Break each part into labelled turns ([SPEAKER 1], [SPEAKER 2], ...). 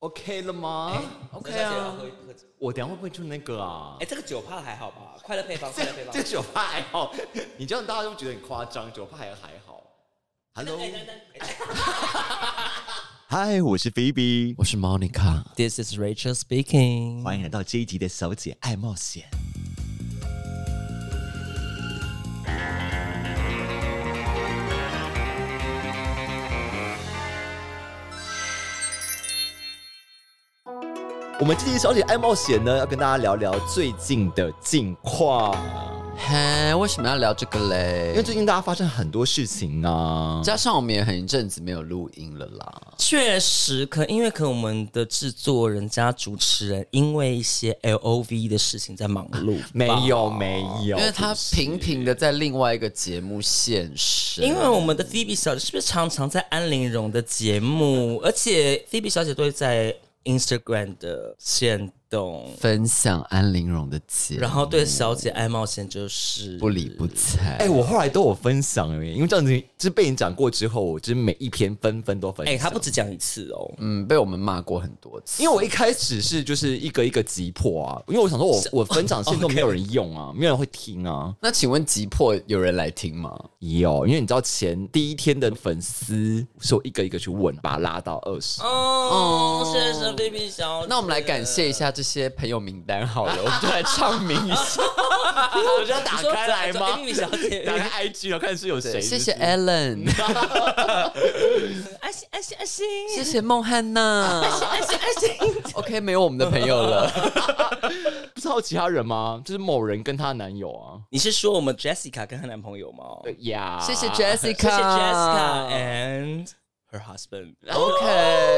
[SPEAKER 1] OK 了吗
[SPEAKER 2] ？OK
[SPEAKER 3] 那下次要
[SPEAKER 2] 啊
[SPEAKER 3] 喝一喝酒。
[SPEAKER 1] 我等一下会不会就那个啊
[SPEAKER 3] 哎、？这个酒怕还好吧？快乐配方，
[SPEAKER 1] 这
[SPEAKER 3] 快乐配 方
[SPEAKER 1] 这。酒吧还好，你这样大家都觉得很夸张，酒吧还还好。Hello，
[SPEAKER 3] 哎等等哎
[SPEAKER 1] 嗨，我是菲比，
[SPEAKER 2] 我是 Monica，
[SPEAKER 3] This is Rachel speaking。
[SPEAKER 1] 欢迎来到这一集的《小姐爱冒险》。我们这集《小姐爱冒险》呢，要跟大家聊聊最近的近况，
[SPEAKER 2] 嘿，为什么要聊这个
[SPEAKER 1] 因为
[SPEAKER 2] 嘞？
[SPEAKER 1] 最近大家发生很多事情啊。
[SPEAKER 2] 加上我们也很一阵子没有录音了啦，
[SPEAKER 3] 确实可，因为可能我们的制作人加主持人因为一些 L O V 的事情在忙碌，
[SPEAKER 1] 没。有没有，
[SPEAKER 2] 因为他频频的在另外一个节目现 身，
[SPEAKER 3] 因为我们的 Phoebe 小姐是不是常常在安陵容的节目，而且 Phoebe 小姐都会在 Instagram 的线动，
[SPEAKER 2] 分享安陵容的节目，
[SPEAKER 3] 然后对小姐爱冒险就是
[SPEAKER 2] 不理不睬。
[SPEAKER 1] 哎、我后来都有分享哎，因为这样子，就是被你讲过之后，我就是每一篇纷纷都分
[SPEAKER 3] 哎、
[SPEAKER 1] 享。
[SPEAKER 3] 她不止讲一次哦，
[SPEAKER 2] 嗯，被我们骂过很多次，
[SPEAKER 1] 因为我一开始是就是一个一个击破啊，因为我想说我我分享信都没有人用啊，没有人会听啊。
[SPEAKER 2] 那请问急迫有人来听吗？
[SPEAKER 1] 有，因为你知道前第一天的粉丝是我一个一个去问，把他拉到二十、
[SPEAKER 3] 哦，谢谢 Phoebe 小姐。
[SPEAKER 2] 那我们来感谢一下这些朋友名单好了，我们就来唱名一下。
[SPEAKER 1] 我就要打开来吗？
[SPEAKER 3] 你说 Phoebe 小姐，
[SPEAKER 1] 打开 IG 然后看是有谁。
[SPEAKER 2] 对，谢谢
[SPEAKER 1] 哎，
[SPEAKER 2] Alan，
[SPEAKER 3] 安心安心安心，
[SPEAKER 2] 谢谢孟汉娜。
[SPEAKER 3] 安心安心。
[SPEAKER 2] OK，没有我们的朋友了。
[SPEAKER 1] 不知道其他人吗？就是某人跟她男友啊。
[SPEAKER 3] 你是说我们 Jessica 跟她男朋友吗？
[SPEAKER 1] 对呀，
[SPEAKER 2] 谢谢
[SPEAKER 3] 谢谢 Jessica
[SPEAKER 1] 哎
[SPEAKER 2] Jessica，OK。
[SPEAKER 3] and her husband。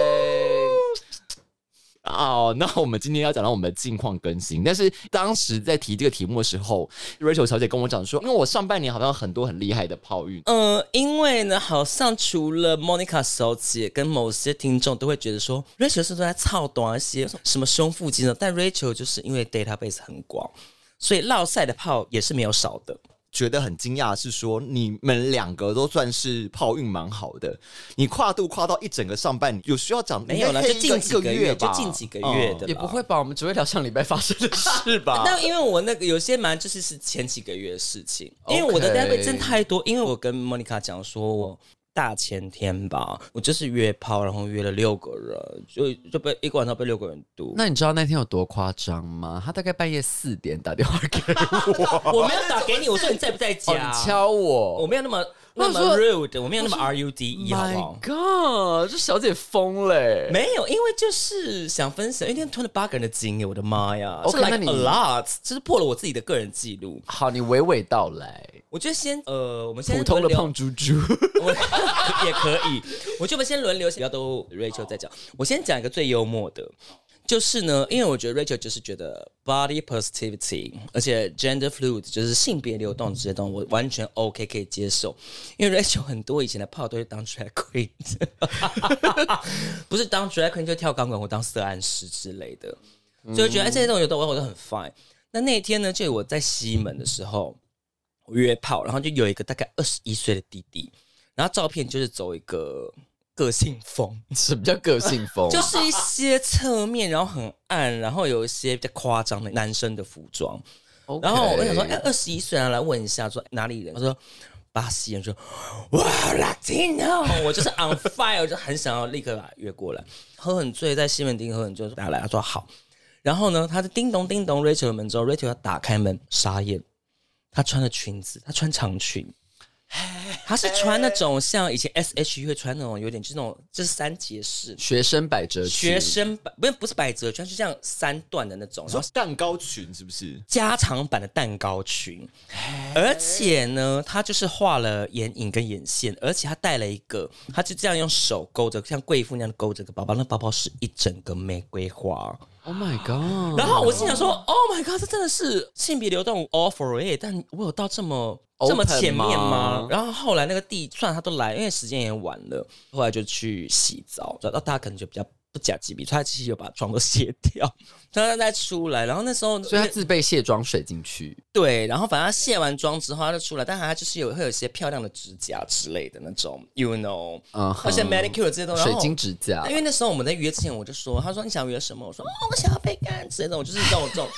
[SPEAKER 1] 哦，那我们今天要讲到我们的近况更新，但是当时在提这个题目的时候，Rachel 小姐跟我讲说，因为我上半年好像有很多很厉害的泡运，
[SPEAKER 3] 呃，因为呢，好像除了 Monica 小姐跟某些听众都会觉得说，Rachel 是不是在操短一些什么胸腹肌呢？但 Rachel 就是因为 database 很广，所以落赛的炮也是没有少的。
[SPEAKER 1] 觉得很惊讶，是说你们两个都算是泡运蛮好的，你跨度跨到一整个上半年，有需要讲
[SPEAKER 3] 没有啦
[SPEAKER 1] 应该可
[SPEAKER 3] 就
[SPEAKER 1] 以
[SPEAKER 3] 近
[SPEAKER 1] 一
[SPEAKER 3] 几
[SPEAKER 1] 个
[SPEAKER 3] 个
[SPEAKER 1] 月
[SPEAKER 3] 月
[SPEAKER 1] 吧，
[SPEAKER 3] 就近几个月的
[SPEAKER 2] 也不会吧？我们只会聊上礼拜发生的
[SPEAKER 1] 哦
[SPEAKER 2] 事吧？
[SPEAKER 3] 但因为我那个有些蛮就是是前几个月的事情，因为我的
[SPEAKER 2] OK
[SPEAKER 3] 单位真太多，因为我跟 Monica 讲说我。大前天吧，我就是约炮，然后约了六个人，就就被一个晚上被六个人堵。
[SPEAKER 2] 那你知道那天有多夸张吗？他大概半夜四点打电话给
[SPEAKER 3] 我没有打给你，我说你在不在
[SPEAKER 2] 我，Oh
[SPEAKER 3] 家？
[SPEAKER 2] 哦你敲
[SPEAKER 3] 我
[SPEAKER 2] 我。
[SPEAKER 3] 没有那么那么
[SPEAKER 2] 我说
[SPEAKER 3] rude，我没有那么 R U D E，好不
[SPEAKER 2] My
[SPEAKER 3] 好？
[SPEAKER 2] God，这小姐疯欸嘞！
[SPEAKER 3] 没有，因为就是想分享，因为那天吞了八个人的精液，我的妈呀
[SPEAKER 2] OK，
[SPEAKER 3] 是 like
[SPEAKER 2] 那你
[SPEAKER 3] a lot，就是破了我自己的个人记录。
[SPEAKER 2] 好，你娓娓道来。
[SPEAKER 3] 我觉得先呃，我们先
[SPEAKER 2] 普通的
[SPEAKER 3] 轮流
[SPEAKER 2] 胖猪猪，
[SPEAKER 3] 我也可以。我就我们先轮流，不要都 Rachel 在讲。我先讲一个最幽默的，就是呢，因为我觉得 Rachel 就是觉得 body positivity，而且 gender fluid 就是性别流动这些东西，我完全 OK 可以接受。因为 Rachel 很多以前的炮都是当 drag queen，不是当 drag queen 就跳钢管或当色暗师之类的，所以我觉得哎这些东西都我我都很 fine。那那一天呢，就我在西门的时候。我约炮，然后就有一个大概二十一岁的弟弟，然后照片就是走一个个性风，
[SPEAKER 2] 什么叫个性风？
[SPEAKER 3] 就是一些侧面，然后很暗，然后有一些比较夸张的男生的服装。
[SPEAKER 2] OK
[SPEAKER 3] 然后我想说，哎、二十一岁啊，来问一下，说哪里人？他说巴西人。说哇，Latino，我就是 on fire，我就很想要立刻把他约过来。喝很醉，在西门町喝很醉，打来，他说好。然后呢，他就叮咚叮咚 Rachel 的门之后，Rachel 要打开门，傻眼。她穿了裙子，她穿长裙，她是穿那种像以前 S H E 会穿那种，有点就是那种就是三节式
[SPEAKER 2] 学生百褶裙
[SPEAKER 3] 学生版，不是不是百褶裙，是这样三段的那种，然
[SPEAKER 1] 说
[SPEAKER 3] 后
[SPEAKER 1] 蛋糕群是不是？
[SPEAKER 3] 加长版的蛋糕裙，而且呢，她就是画了眼影跟眼线，而且她戴了一个，她就这样用手勾着，像贵妇那样勾着个包包，那包包是一整个玫瑰花。
[SPEAKER 2] ，Oh my God！
[SPEAKER 3] 然后我心想说，Oh my god，这真的是性别流动 all for it，但我有到这么。这么
[SPEAKER 2] Open
[SPEAKER 3] 前面吗
[SPEAKER 2] 吗？
[SPEAKER 3] 然后后来那个地算他都来，因为时间也晚了，后来就去洗澡，然后大家可能就比较不假几笔，所以他其实有把妆都 卸掉，然后他再出来。然后那时候，
[SPEAKER 2] 所以他自备卸妆水进去。
[SPEAKER 3] 对，然后反正他卸完妆之后，他就出来，但他就是有会有一些漂亮的指甲之类的那种，you know，、
[SPEAKER 2] 嗯哼
[SPEAKER 3] 而且 manicure 这些东西，
[SPEAKER 2] 水
[SPEAKER 3] 然后
[SPEAKER 2] 晶指甲
[SPEAKER 3] 因，为那时候我们在约之前，我就说，他说你想约什么？我说哦，我想要被干之类的，我就是这种这种，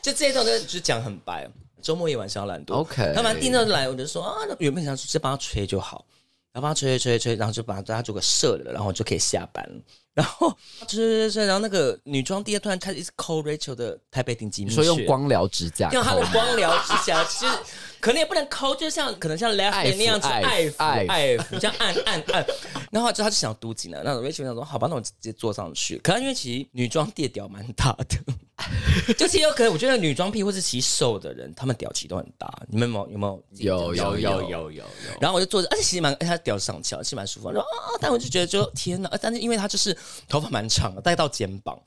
[SPEAKER 3] 就这种就是只讲很白。周末夜晚小懒惰
[SPEAKER 2] OK
[SPEAKER 3] 他反正订到来，我就说啊，那原本想直接帮他吹就好，然后帮他吹吹吹，然后就把他做个射了，然后就可以下班了。然后吹吹吹，然后那个女装店突然开始一直抠 Rachel 的台北顶级，
[SPEAKER 2] 你说用。光疗指甲抠
[SPEAKER 3] 用
[SPEAKER 2] 吗，
[SPEAKER 3] 他的光疗指甲，其实可能也不能抠，就像可能像 left
[SPEAKER 2] 爱
[SPEAKER 3] hand
[SPEAKER 2] 抚
[SPEAKER 3] 那样子
[SPEAKER 2] 爱
[SPEAKER 3] 爱
[SPEAKER 2] 抚
[SPEAKER 3] 抚
[SPEAKER 2] 爱抚
[SPEAKER 3] 爱抚，这样按按按。然后就他就想嘟紧了，那 Rachel 想说好吧，那我直接坐上去。可是因为其实女装垫屌蛮大的， 就其实有可能我觉得女装屁或是骑瘦的人，他们屌其实都很大。你们有没有有没有？
[SPEAKER 2] 有有有有。
[SPEAKER 1] 有有，
[SPEAKER 3] 然后我就坐着，而且其实蛮，而且他屌上翘，其实蛮舒服的。然后啊，但我就觉得就天哪！但是因为他就是头发蛮长的，戴到肩膀，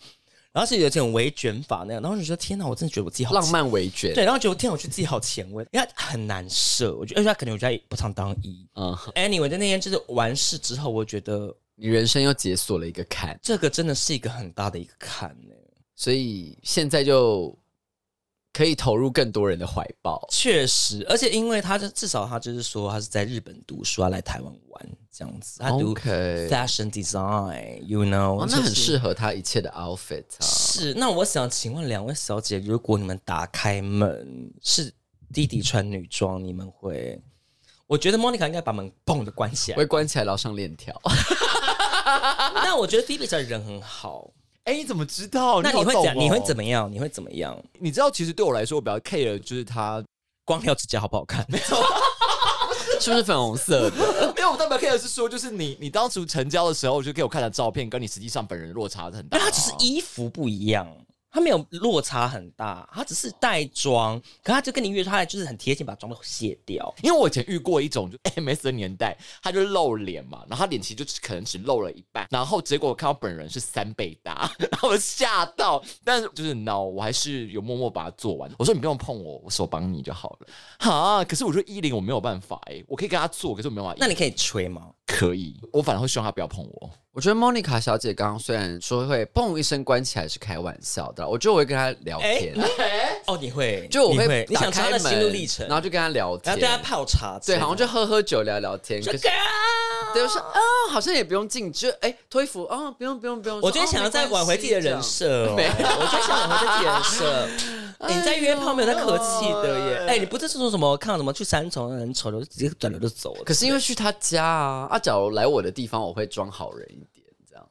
[SPEAKER 3] 然后是有点微卷发那样，然后我就觉得天哪，我真的觉得我自己好
[SPEAKER 2] 浪漫围卷，
[SPEAKER 3] 对，然后觉得天啊，我觉得自己好前卫，因为他很难射，我觉得，而且他可能我觉得他也不常当一。
[SPEAKER 1] 嗯，
[SPEAKER 3] Anyway，在那天就是完事之后，我觉得
[SPEAKER 2] 你人生又解锁了一个坎，
[SPEAKER 3] 这个真的是一个很大的一个坎欸呢、
[SPEAKER 2] 所以现在就可以投入更多人的怀抱。
[SPEAKER 3] 确实，而且因为他就至少他就是说他是在日本读书，他来台湾玩这样子，他读
[SPEAKER 2] OK
[SPEAKER 3] fashion design，you know，、
[SPEAKER 2] 哦，那很
[SPEAKER 3] 就是
[SPEAKER 2] 适合他一切的 outfit 啊。
[SPEAKER 3] 是，那我想请问两位小姐，如果你们打开门是弟弟穿女装，你们会？我觉得 Monica 应该把门砰的关起来
[SPEAKER 2] 我。会关起来，然后上链条。
[SPEAKER 3] 但我觉得 Phoebe 这人很好，
[SPEAKER 1] 哎、你怎么知道？
[SPEAKER 3] 那你会
[SPEAKER 1] 好
[SPEAKER 3] 怎
[SPEAKER 1] 懂哦
[SPEAKER 3] 你会怎？么样？你会怎么样？
[SPEAKER 1] 你知道，其实对我来说，我比较 care 就是他，
[SPEAKER 3] 光疗指甲好不好看？
[SPEAKER 2] 是不是粉红色的？
[SPEAKER 1] 没有，我代表 care 的是说，就是你，你当初成交的时候，就给我看的照片，跟你实际上本人落差很大。
[SPEAKER 3] 但他只是衣服不一样，他没有落差很大，他只是带妆，可他就跟你约出来就是很贴心，把妆都卸掉。
[SPEAKER 1] 因为我以前遇过一种就 哎 MS 的年代，他就露脸嘛，然后他脸其实就只可能只露了一半，然后结果我看到本人是三倍大， 然后我吓到，但是就是 no，我还是有默默把它做完。我说你不用碰我，我手帮你就好了。哈，可是我说一零我没有办法哎、我可以跟他做，可是我没有办法。
[SPEAKER 3] 那你可以吹吗？
[SPEAKER 1] 可以，我反而会希望他不要碰我。
[SPEAKER 2] 我觉得 Monica 小姐刚刚虽然说会嘣一声关起来是开玩笑的，我觉得我会跟她聊天，啊
[SPEAKER 3] 哦，你会，
[SPEAKER 2] 哎就我
[SPEAKER 3] 哎你
[SPEAKER 2] 会
[SPEAKER 3] 你
[SPEAKER 2] 打
[SPEAKER 3] 想知道
[SPEAKER 2] 开
[SPEAKER 3] 他
[SPEAKER 2] 门
[SPEAKER 3] 的心路历程，
[SPEAKER 2] 然
[SPEAKER 3] 然
[SPEAKER 2] 后就跟她聊天，
[SPEAKER 3] 后对他泡茶之
[SPEAKER 2] 对，
[SPEAKER 3] 类的，
[SPEAKER 2] 好像就喝喝酒聊聊天，可
[SPEAKER 3] 这
[SPEAKER 2] 是
[SPEAKER 3] 个。
[SPEAKER 2] 对，我说哦，好像也不用进，就哎脱衣服哦，不用不用不用。
[SPEAKER 3] 我觉得想要再挽回自己的人设、哦，我觉得想挽回自己的人设。你在约炮没有在客气的耶？哎、你不是说什么看到什么去三重很丑的，就直接转头就走了？
[SPEAKER 2] 可是因为去她家啊，啊，假如来我的地方，我会装好人一点，这样。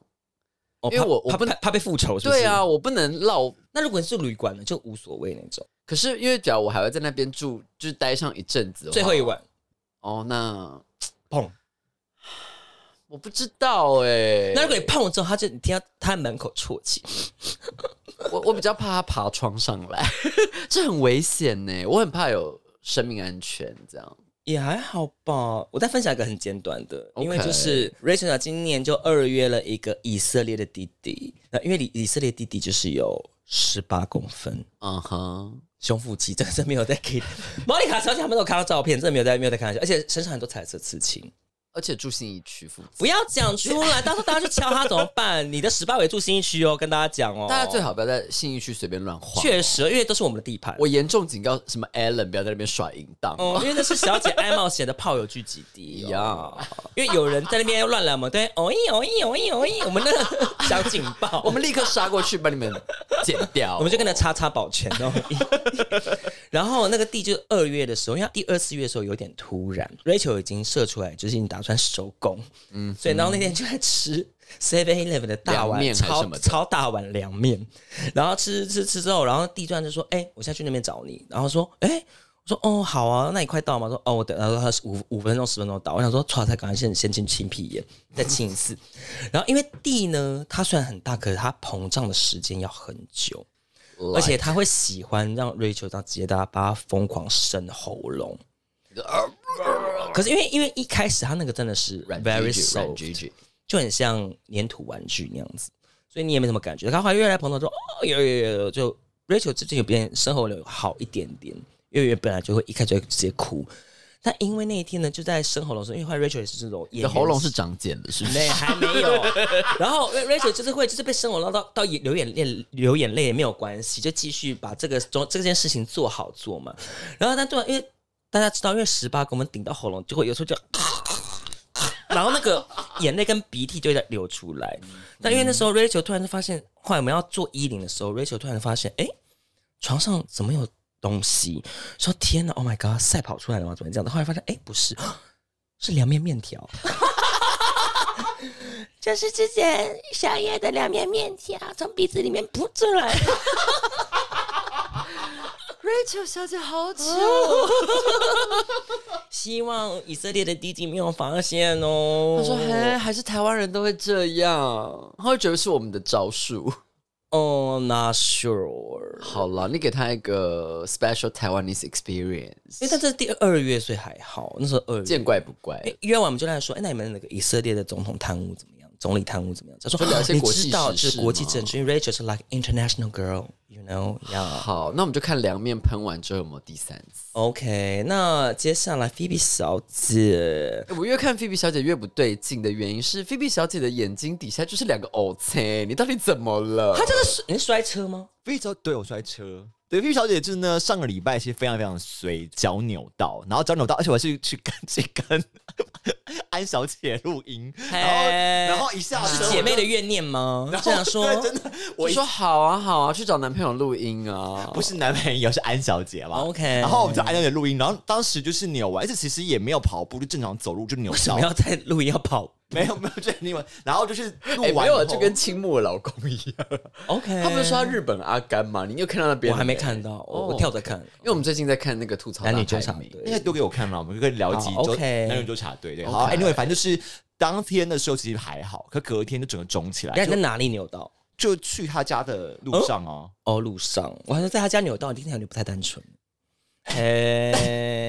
[SPEAKER 3] 哦
[SPEAKER 2] 因为我
[SPEAKER 3] 怕
[SPEAKER 2] 我
[SPEAKER 3] 怕怕怕被复仇，是不是？
[SPEAKER 2] 对啊，。我不能绕。
[SPEAKER 3] 那如果你是旅馆的，就无所谓那种。
[SPEAKER 2] 可是因为假如我还会在那边住，就是待上一阵子的话，
[SPEAKER 3] 最后一晚，
[SPEAKER 2] 哦，那
[SPEAKER 3] 碰。
[SPEAKER 2] 我不知道哎、
[SPEAKER 3] 那如果你碰了之后，他就你听到他在门口啜泣，
[SPEAKER 2] 我我比较怕他爬窗上来， 这很危险呢。我很怕有生命安全这样。
[SPEAKER 3] 也还好吧。我再分享一个很简短的
[SPEAKER 2] OK
[SPEAKER 3] 因为就是 Rachel 啊今年就二约了一个以色列的弟弟，那因为以以色列弟弟就是有十八公分，
[SPEAKER 2] 嗯哼，
[SPEAKER 3] 胸腹肌， 真的是没有在给莫妮卡小姐他们都有看到照片，真的没有在没有在开玩笑，而且身上很多彩色刺青，
[SPEAKER 2] 而且住信义区附近，
[SPEAKER 3] 不要讲出来， 到时候大家去敲他怎么办？你的十八尾住新一区哦，跟大家讲哦，
[SPEAKER 2] 大家最好不要在信义区随便乱晃。
[SPEAKER 3] 确实，因为都是我们的地盘。
[SPEAKER 2] 我严重警告什么 Allen 不要在那边耍淫荡。
[SPEAKER 3] 哦，因为那是小姐爱冒险的炮友聚集地
[SPEAKER 2] 一
[SPEAKER 3] 呀、
[SPEAKER 2] 样，
[SPEAKER 3] 因为有人在那边乱来嘛，对，哦咦哦咦哦咦哦咦，我们那个 想警报，
[SPEAKER 2] 我们立刻杀过去把你们剪 掉。
[SPEAKER 3] 我们就跟他叉叉保 全哦。 然后那个弟就二月的时候，因为他第二四月的时候有点突然，Rachel 已经射出来，就是你打算收工，嗯，所以然后那天就在吃 Seven Eleven 的大
[SPEAKER 2] 凉
[SPEAKER 3] 碗
[SPEAKER 2] 面还是
[SPEAKER 3] 超
[SPEAKER 2] 什么的
[SPEAKER 3] 超大碗凉面，然后吃吃吃之后，然后弟突然就说：“哎、我现在去那边找你。”然后说：“哎、我说哦，好啊，那你快到吗？说哦，我等，然后他说五五分钟十分钟到。我想说，唰，才赶快先先去清屁眼，再清一次。然后因为地呢，它虽然很大，可是它膨胀的时间要很久，而且他会喜欢让 Rachel 这样直接大家把他疯狂伸喉咙。
[SPEAKER 2] Uh，
[SPEAKER 3] 可是因为因为一开始他那个真的是
[SPEAKER 2] 软
[SPEAKER 3] very
[SPEAKER 2] GG
[SPEAKER 3] soft，
[SPEAKER 2] 软 GG
[SPEAKER 3] 就很像粘土玩具那样子，所以你也没什么感觉。他后来越来膨胀，说哦有有有有，就 Rachel 最近有变生活流好一点点，因为原本来就会一开始就会直接哭，但因为那一天呢，就在生喉咙的时候，因为后来 Rachel 也是这种演
[SPEAKER 2] 你
[SPEAKER 3] 员
[SPEAKER 2] 的喉咙是长茧的，是不是？
[SPEAKER 3] 没还没有。然后哎 Rachel 就是会就是被生活唠到到眼流眼泪流眼泪也没有关系，就继续把这个中这件事情做好做嘛。然后但对啊，因为大家知道，因为十八给我们顶到喉咙，就会有时候就。然后那个眼泪跟鼻涕就会流出来，但因为那时候 Rachel 突然就发现，后来我们要做衣领的时候，Rachel 突然发现，哎，床上怎么有东西？说天哪，Oh my god，赛跑出来了吗？怎么这样子？后来发现，哎，不是，是凉面面条。
[SPEAKER 4] 就是之前小叶的两面面条从鼻子里面扑出来。
[SPEAKER 5] Rachel 小姐
[SPEAKER 2] 哦
[SPEAKER 5] 好久，
[SPEAKER 3] 希望以色列的敌警没有发现哦。
[SPEAKER 2] 他说：“嘿，还是台湾人都会这样，他会觉得是我们的招数。
[SPEAKER 3] 哦、n o t sure，”
[SPEAKER 2] 好了，你给他一个 special Taiwanese
[SPEAKER 3] 因
[SPEAKER 2] experience，
[SPEAKER 3] 为他这是第二月，所以还好。那时候二月，
[SPEAKER 2] 见怪不怪。
[SPEAKER 3] 哎约完我们就来说，哎，那你们那个以色列的总统贪污怎么样？总理贪污怎么样？他说
[SPEAKER 2] 就聊一些
[SPEAKER 3] 你
[SPEAKER 2] 国际
[SPEAKER 3] 知道，
[SPEAKER 2] 时
[SPEAKER 3] 就是
[SPEAKER 2] 事
[SPEAKER 3] 国际
[SPEAKER 2] 嘛
[SPEAKER 3] 政治，因为 Rachel 是 like international girl，you know，yeah。
[SPEAKER 2] 好，那我们就看凉面喷完之后有没有第三次。
[SPEAKER 3] OK，那接下来 Phoebe 小姐，
[SPEAKER 2] 我越看菲比小姐越不对劲的原因是，菲比小姐的眼睛底下就是两个 O C，你到底怎么了？
[SPEAKER 3] 她真的是你是摔车吗？
[SPEAKER 1] 菲小对我摔车。对，菲小姐就是呢，上个礼拜其实非常非常衰，脚扭到，然后脚扭到，而且我还是去跟去跟 安小姐录音，然后
[SPEAKER 3] 嘿
[SPEAKER 1] 然后一下
[SPEAKER 3] 是
[SPEAKER 1] 车
[SPEAKER 3] 姐
[SPEAKER 1] 我
[SPEAKER 3] 妹
[SPEAKER 1] 就
[SPEAKER 3] 的怨念吗？
[SPEAKER 1] 然后
[SPEAKER 3] 这样说，
[SPEAKER 1] 对，真的，我
[SPEAKER 2] 我
[SPEAKER 1] 一
[SPEAKER 2] 说好啊好啊，去找男朋友录音啊。
[SPEAKER 1] 不是男朋友，是安小姐嘛
[SPEAKER 3] OK
[SPEAKER 1] 然后我们就安小姐录音，然后当时就是扭完，而且其实也没有跑步，就正常走路就扭
[SPEAKER 3] 为什
[SPEAKER 1] 到
[SPEAKER 3] 么，要在录音要跑
[SPEAKER 1] 没有没有这另外，然后就是录
[SPEAKER 2] 哎、
[SPEAKER 1] 完
[SPEAKER 2] 没有
[SPEAKER 1] 以
[SPEAKER 2] 啊，
[SPEAKER 1] 后
[SPEAKER 2] 就跟青木的老公一样。
[SPEAKER 3] ？OK，
[SPEAKER 2] 他不是说他日本阿甘嘛？你又看到那边？
[SPEAKER 3] 我还没看，到，我我跳着看。
[SPEAKER 2] 因为我们最近在看那个吐槽
[SPEAKER 3] 男女
[SPEAKER 2] 大
[SPEAKER 3] 纠
[SPEAKER 2] 排
[SPEAKER 3] 缠
[SPEAKER 2] 名
[SPEAKER 3] 对
[SPEAKER 1] 应该丢给我看了，我们就可以聊几
[SPEAKER 3] 好
[SPEAKER 1] 周
[SPEAKER 3] OK
[SPEAKER 1] 男女纠察队对。好
[SPEAKER 2] OK
[SPEAKER 1] ，anyway，反正就是当天的时候其实还好，可隔天就整个肿起
[SPEAKER 3] 那
[SPEAKER 1] 来，
[SPEAKER 3] 你在
[SPEAKER 1] 就
[SPEAKER 3] 哪里扭到？
[SPEAKER 1] 就去他家的路上哦。
[SPEAKER 3] 哦，路上，我还说在他家扭到，你听起来就不太单纯。 嘿，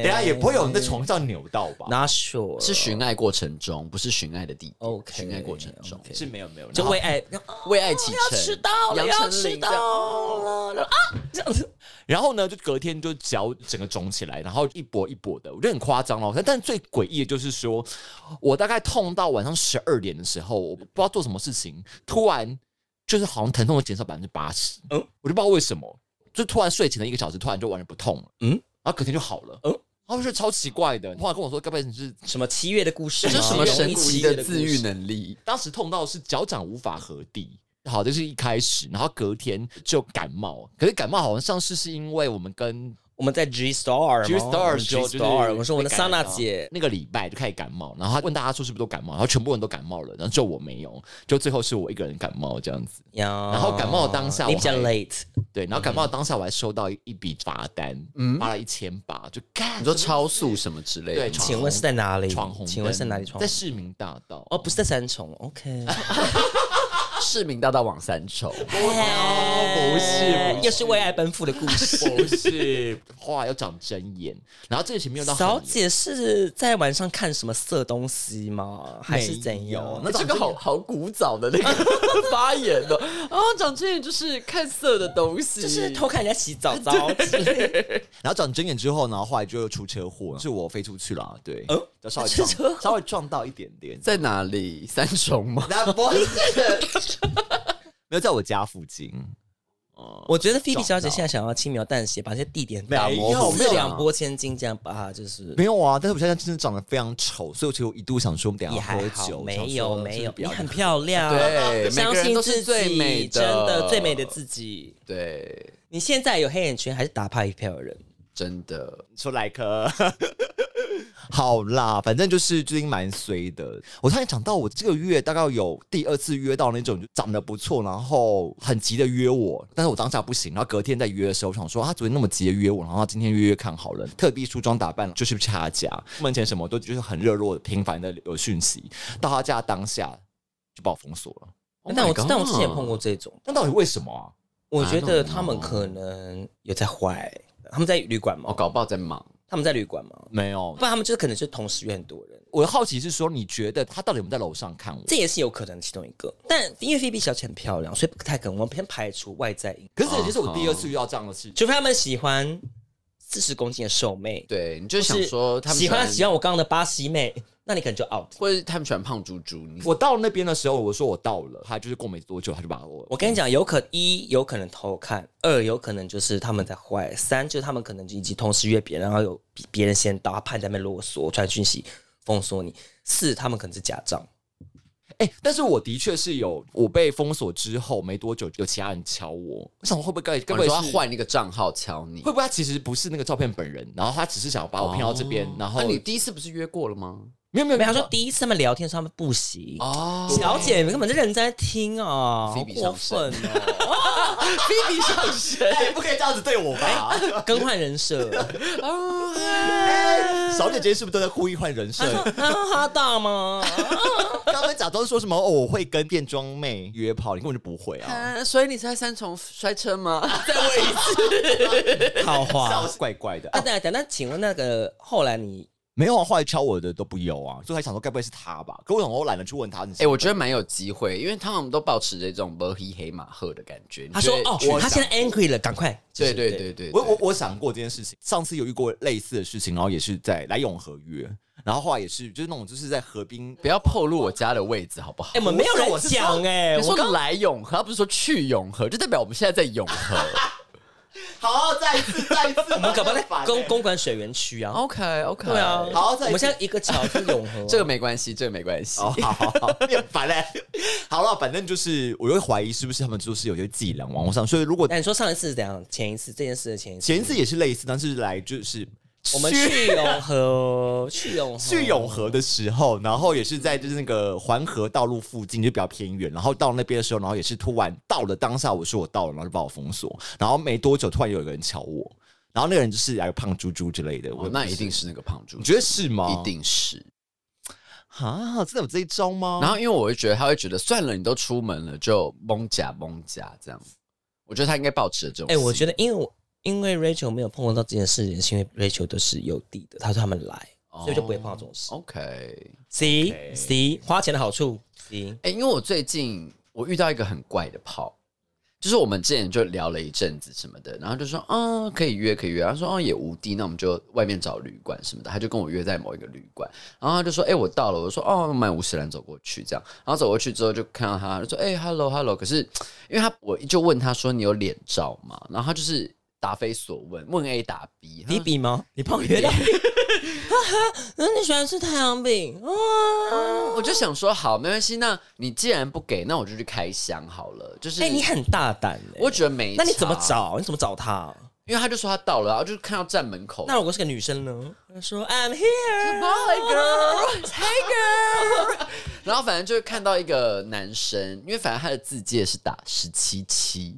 [SPEAKER 1] 等一下也不会有人在床上扭到吧？
[SPEAKER 3] ，Not sure，
[SPEAKER 2] 是寻爱过程中，不是寻爱的地点。
[SPEAKER 3] OK，
[SPEAKER 2] 寻爱过程中
[SPEAKER 3] OK
[SPEAKER 1] 是没有没有，
[SPEAKER 3] 就为爱
[SPEAKER 2] 为爱启程，哦要迟到
[SPEAKER 4] 了
[SPEAKER 2] 杨丞琳这样
[SPEAKER 3] 这样子。
[SPEAKER 1] 然后呢，就隔天就脚整个肿起来，然后一跛一跛的，我觉得很夸张哦。但但最诡异的就是说，我大概痛到晚上十二点的时候，我不知道做什么事情，突然就是好像疼痛减少百分之八十，嗯
[SPEAKER 3] 嗯，
[SPEAKER 1] 我就不知道为什么，就突然睡前的一个小时，突然就完全不痛了，嗯
[SPEAKER 3] 嗯，
[SPEAKER 1] 然后隔天就好了，嗯
[SPEAKER 3] 嗯，
[SPEAKER 1] 然后就是超奇怪的。后来跟我说，该不会你是
[SPEAKER 3] 什么七月的故事
[SPEAKER 2] 这
[SPEAKER 3] 吗？
[SPEAKER 2] 是什么神奇的自愈
[SPEAKER 3] 呢？
[SPEAKER 2] 能力？
[SPEAKER 1] 当时痛到是脚掌无法合地。好，这是一开始，然后隔天就感冒，可是感冒好像是是因为我们跟
[SPEAKER 3] 我们在 G Star 吗
[SPEAKER 1] G Star 的时候
[SPEAKER 3] G
[SPEAKER 1] 就是
[SPEAKER 3] Star，我说我的
[SPEAKER 1] 被感
[SPEAKER 3] Sana
[SPEAKER 1] 染到
[SPEAKER 3] 姐，
[SPEAKER 1] 那个礼拜就开始感冒，然后他问大家说是不是都感冒，然后全部人都感冒了，然后就我没有，就最后是我一个人感冒这样子。
[SPEAKER 3] 然
[SPEAKER 1] 后感冒当下
[SPEAKER 3] 你
[SPEAKER 1] 我
[SPEAKER 3] 比较
[SPEAKER 1] 还
[SPEAKER 3] late，
[SPEAKER 1] 对，然后感冒当下我还收到一一笔罚单，嗯，罚了一千八，就干
[SPEAKER 2] 你说
[SPEAKER 1] 什么
[SPEAKER 2] 超速什么之类
[SPEAKER 1] 对
[SPEAKER 2] 的？
[SPEAKER 1] 闯
[SPEAKER 3] 请问是在哪里？
[SPEAKER 1] 闯红灯，
[SPEAKER 3] 请问是在哪里闯
[SPEAKER 1] 在
[SPEAKER 3] 红？
[SPEAKER 1] 市民大道
[SPEAKER 3] 哦，不是在三重，OK，
[SPEAKER 2] 市民大道往三重，
[SPEAKER 1] 哦不是不是
[SPEAKER 3] 又是为爱奔赴的故 事。
[SPEAKER 1] 不是，后来又长针眼，然后这个前面又到很
[SPEAKER 3] 小
[SPEAKER 1] 严
[SPEAKER 3] 姐是在晚上看什么色东西吗？还是怎样
[SPEAKER 1] 没有？
[SPEAKER 2] 那这个好好古早的那 个发言哦。啊，长这眼就是看色的东西，
[SPEAKER 3] 就是偷看人家洗澡 澡之类的。
[SPEAKER 1] 然后长针眼之后，然后后来就又出车祸，是我飞出去了，啊对，
[SPEAKER 2] 哦
[SPEAKER 3] 嗯
[SPEAKER 1] 就稍微
[SPEAKER 3] 出车
[SPEAKER 1] 撞，稍微撞到一点点，
[SPEAKER 2] 在哪里？三重吗？
[SPEAKER 1] 那不是， 没有在我家附近，
[SPEAKER 3] 我觉得菲比小姐现在想要轻描淡写，把这些地点打
[SPEAKER 1] 没
[SPEAKER 3] 模
[SPEAKER 1] 有
[SPEAKER 3] 糊，
[SPEAKER 1] 没有
[SPEAKER 3] 四两拨千斤，这样把它就是
[SPEAKER 1] 没有啊。但是我现在真的长得非常丑，所以我其实我一度想说，我们等一
[SPEAKER 3] 也
[SPEAKER 1] 下喝酒
[SPEAKER 3] 还好，，
[SPEAKER 1] 想
[SPEAKER 3] 没有
[SPEAKER 1] 说
[SPEAKER 3] 没
[SPEAKER 1] 就是
[SPEAKER 3] 有，
[SPEAKER 1] 不
[SPEAKER 3] 你
[SPEAKER 1] 要
[SPEAKER 3] 很漂亮，
[SPEAKER 2] 对每
[SPEAKER 3] 相
[SPEAKER 2] 个人
[SPEAKER 3] 信
[SPEAKER 2] 都
[SPEAKER 3] 自
[SPEAKER 2] 是
[SPEAKER 3] 己，
[SPEAKER 2] 最美的
[SPEAKER 3] 真的最美的自己。
[SPEAKER 2] 对，
[SPEAKER 3] 你现在有黑眼圈还是打怕一票人？
[SPEAKER 2] 真的。
[SPEAKER 1] 说来颗。好啦，反正就是最近蛮衰的。我突然想到，我这个月大概有第二次约到那种就长得不错，然后很急的约我，但是我当下不行。然后隔天再约的时候，我想说啊他昨天那么急的约我，然后他今天约约看好了，特地梳妆打扮，就是去他家，门前什么都就是很热络的、频繁的有讯息。到他家当下就把我封锁了。
[SPEAKER 3] 但我
[SPEAKER 2] Oh my
[SPEAKER 3] 但我之前也
[SPEAKER 2] God
[SPEAKER 3] 碰过这种，
[SPEAKER 1] 那到底为什么啊？
[SPEAKER 3] 我觉
[SPEAKER 2] I don't
[SPEAKER 3] 得他们可能有在坏，他们在旅馆
[SPEAKER 2] 我
[SPEAKER 3] 吗？
[SPEAKER 2] 哦搞不好在忙。
[SPEAKER 3] 他们在旅馆吗？
[SPEAKER 1] 没有
[SPEAKER 3] 不，然他们就是可能就同时约很多人。
[SPEAKER 1] 我的好奇是说，你觉得他到底有没有在楼上看我？
[SPEAKER 3] 这也是有可能其中一个。但因为菲比小姐很漂亮，所以不太可能。我们先排除外在因，
[SPEAKER 1] 可是这已经是我第二次遇到这样的事情。
[SPEAKER 3] 除非他们喜欢四十公斤的瘦妹，
[SPEAKER 2] 对，你就想
[SPEAKER 3] 是
[SPEAKER 2] 说他们
[SPEAKER 3] 喜欢
[SPEAKER 2] 喜
[SPEAKER 3] 喜欢我刚刚的巴西妹，那你可能就 out。
[SPEAKER 2] 或者他们喜欢胖猪猪，你哦
[SPEAKER 1] 我到那边的时候，我说我到了，他就是过没多久，他就把我
[SPEAKER 3] 我跟你讲，有可一有可能偷看，二有可能就是他们在坏，三就是他们可能已经同时约别人，然后有比别人先到，他怕你在那边啰嗦，传讯息封锁你。四他们可能是假账，
[SPEAKER 1] 哎、但是我的确是有，我被封锁之后没多久，有其他人敲我，我想会不会该该
[SPEAKER 2] 我
[SPEAKER 1] 不会
[SPEAKER 2] 说
[SPEAKER 1] 是
[SPEAKER 2] 要换一个账号敲你哦
[SPEAKER 1] 会。不会他其实不是那个照片本人，然后他只是想要把我骗到这边，然后、
[SPEAKER 2] 那你第一次不是约过了吗？
[SPEAKER 1] 没有哦没有
[SPEAKER 3] 没有他说第一次他们聊天，说他们不行。
[SPEAKER 2] 哦，
[SPEAKER 3] 小姐，你根本就认真在听啊，好
[SPEAKER 2] 菲比
[SPEAKER 3] 过
[SPEAKER 2] 上身
[SPEAKER 3] 分哦！
[SPEAKER 2] 菲比上身，
[SPEAKER 1] 哎、不可以这样子对我吧？
[SPEAKER 3] 更换人设，
[SPEAKER 1] 小姐姐是不是都在故意换人设？
[SPEAKER 3] 啊，哈大吗？
[SPEAKER 1] 刚才假装说什么哦，我会跟变装妹约炮，你根本就不会啊！
[SPEAKER 2] 啊所以你是在 三重摔车吗？
[SPEAKER 3] 好话。
[SPEAKER 1] 怪怪的、
[SPEAKER 3] 啊，
[SPEAKER 1] 啊，
[SPEAKER 3] 等一下，那请问那个后来你
[SPEAKER 1] 没有啊，后来敲我的都不有啊，所以还想说该不会是他吧？可我想说我懒得去问他。哎、
[SPEAKER 2] 哎、我觉得蛮有机会，因为他们都保持着这种摸黑黑马赫的感觉。
[SPEAKER 3] 他说
[SPEAKER 2] 你就
[SPEAKER 3] 哦
[SPEAKER 2] 会去，
[SPEAKER 3] 他现
[SPEAKER 2] 想
[SPEAKER 3] 在 angry 了，赶快。
[SPEAKER 2] 对对对对，
[SPEAKER 1] 我
[SPEAKER 2] 我
[SPEAKER 1] 我
[SPEAKER 2] 我
[SPEAKER 1] 我想过这件事情，上次有遇过类似的事情，然后也是在来永和约，然后后来也是就是那种就是在河滨，
[SPEAKER 2] 不要透露我家的位置好不好？
[SPEAKER 3] 哎，我们没有人讲哎，
[SPEAKER 2] 你
[SPEAKER 3] 我
[SPEAKER 2] 说
[SPEAKER 3] 刚
[SPEAKER 2] 来永和，他不是说去永和，就代表我们现在在 永和。
[SPEAKER 1] 好，再一次再一次， 我
[SPEAKER 3] 我们搞不好在公公馆水源区啊。
[SPEAKER 2] OK OK，，
[SPEAKER 3] 对啊，
[SPEAKER 1] 好再
[SPEAKER 3] 我们现在一个桥是永和
[SPEAKER 2] 这个没关系，这个没关系。
[SPEAKER 1] 哦，好 好好，你很烦嘞。好了，反正就是我会怀疑是不是他们就是有些伎俩网络上，所以如果
[SPEAKER 3] 哎那你说上一次是怎样？前一次这件事的前一次，
[SPEAKER 1] 前一次也是类似，但是来就是
[SPEAKER 3] 我们去永和，去永和，
[SPEAKER 1] 去永和的时候，然后也是在就是那个环河道路附近，就比较偏远。然后到那边的时候，然后也是突然到了当下，我说我到了，然后就把我封锁。然后没多久，突然有一个人敲我，然后那个人就是来个胖猪猪之类的。我
[SPEAKER 2] 哦，那一定，是那个胖猪，
[SPEAKER 1] 你觉得是吗？
[SPEAKER 2] 一定是。
[SPEAKER 1] 啊，真的有这一招吗？
[SPEAKER 2] 然后因为我会觉得他会觉得算了，你都出门了，就蒙假蒙假这样。我觉得他应该保持着这种。
[SPEAKER 3] 哎、我觉
[SPEAKER 2] 得
[SPEAKER 3] 得因为我因为 Rachel 没有碰到这件事情，是因为 Rachel 都是有地的，他说他们来，所以就不会碰到这种事。
[SPEAKER 2] 哦 OK。
[SPEAKER 3] C C 花钱的好处，C
[SPEAKER 2] 哎、因为我最近我遇到一个很怪的炮，就是我们之前就聊了一阵子什么的，然后就说，嗯，可以约，可以约。他说，哦，也无敌，那我们就外面找旅馆什么的。他就跟我约在某一个旅馆，然后他就说，哎、我到了。我说，哦，买五十兰走过去这样。然后走过去之后就看到他，就说，哎、h e l l o hello。可是因为他，我就问他说，你有脸照吗？然后他就是答非所问，问 A 答 B，
[SPEAKER 3] 你比吗？你碰约到？哈哈，那你喜欢吃太阳饼？哇！
[SPEAKER 2] 我就想说，好，没关系，那你既然不给，那我就去开箱好了。就是，
[SPEAKER 3] 哎、你很大胆、欸，
[SPEAKER 2] 我觉得没，
[SPEAKER 3] 那你怎么？找？你怎么找他？
[SPEAKER 2] 因为他就说他到了，然后就看到站门口。
[SPEAKER 3] 那如果是个女生呢？她说 I'm here，
[SPEAKER 2] 然后反正就是看到一个男生，因为反正他的字界是打十七七，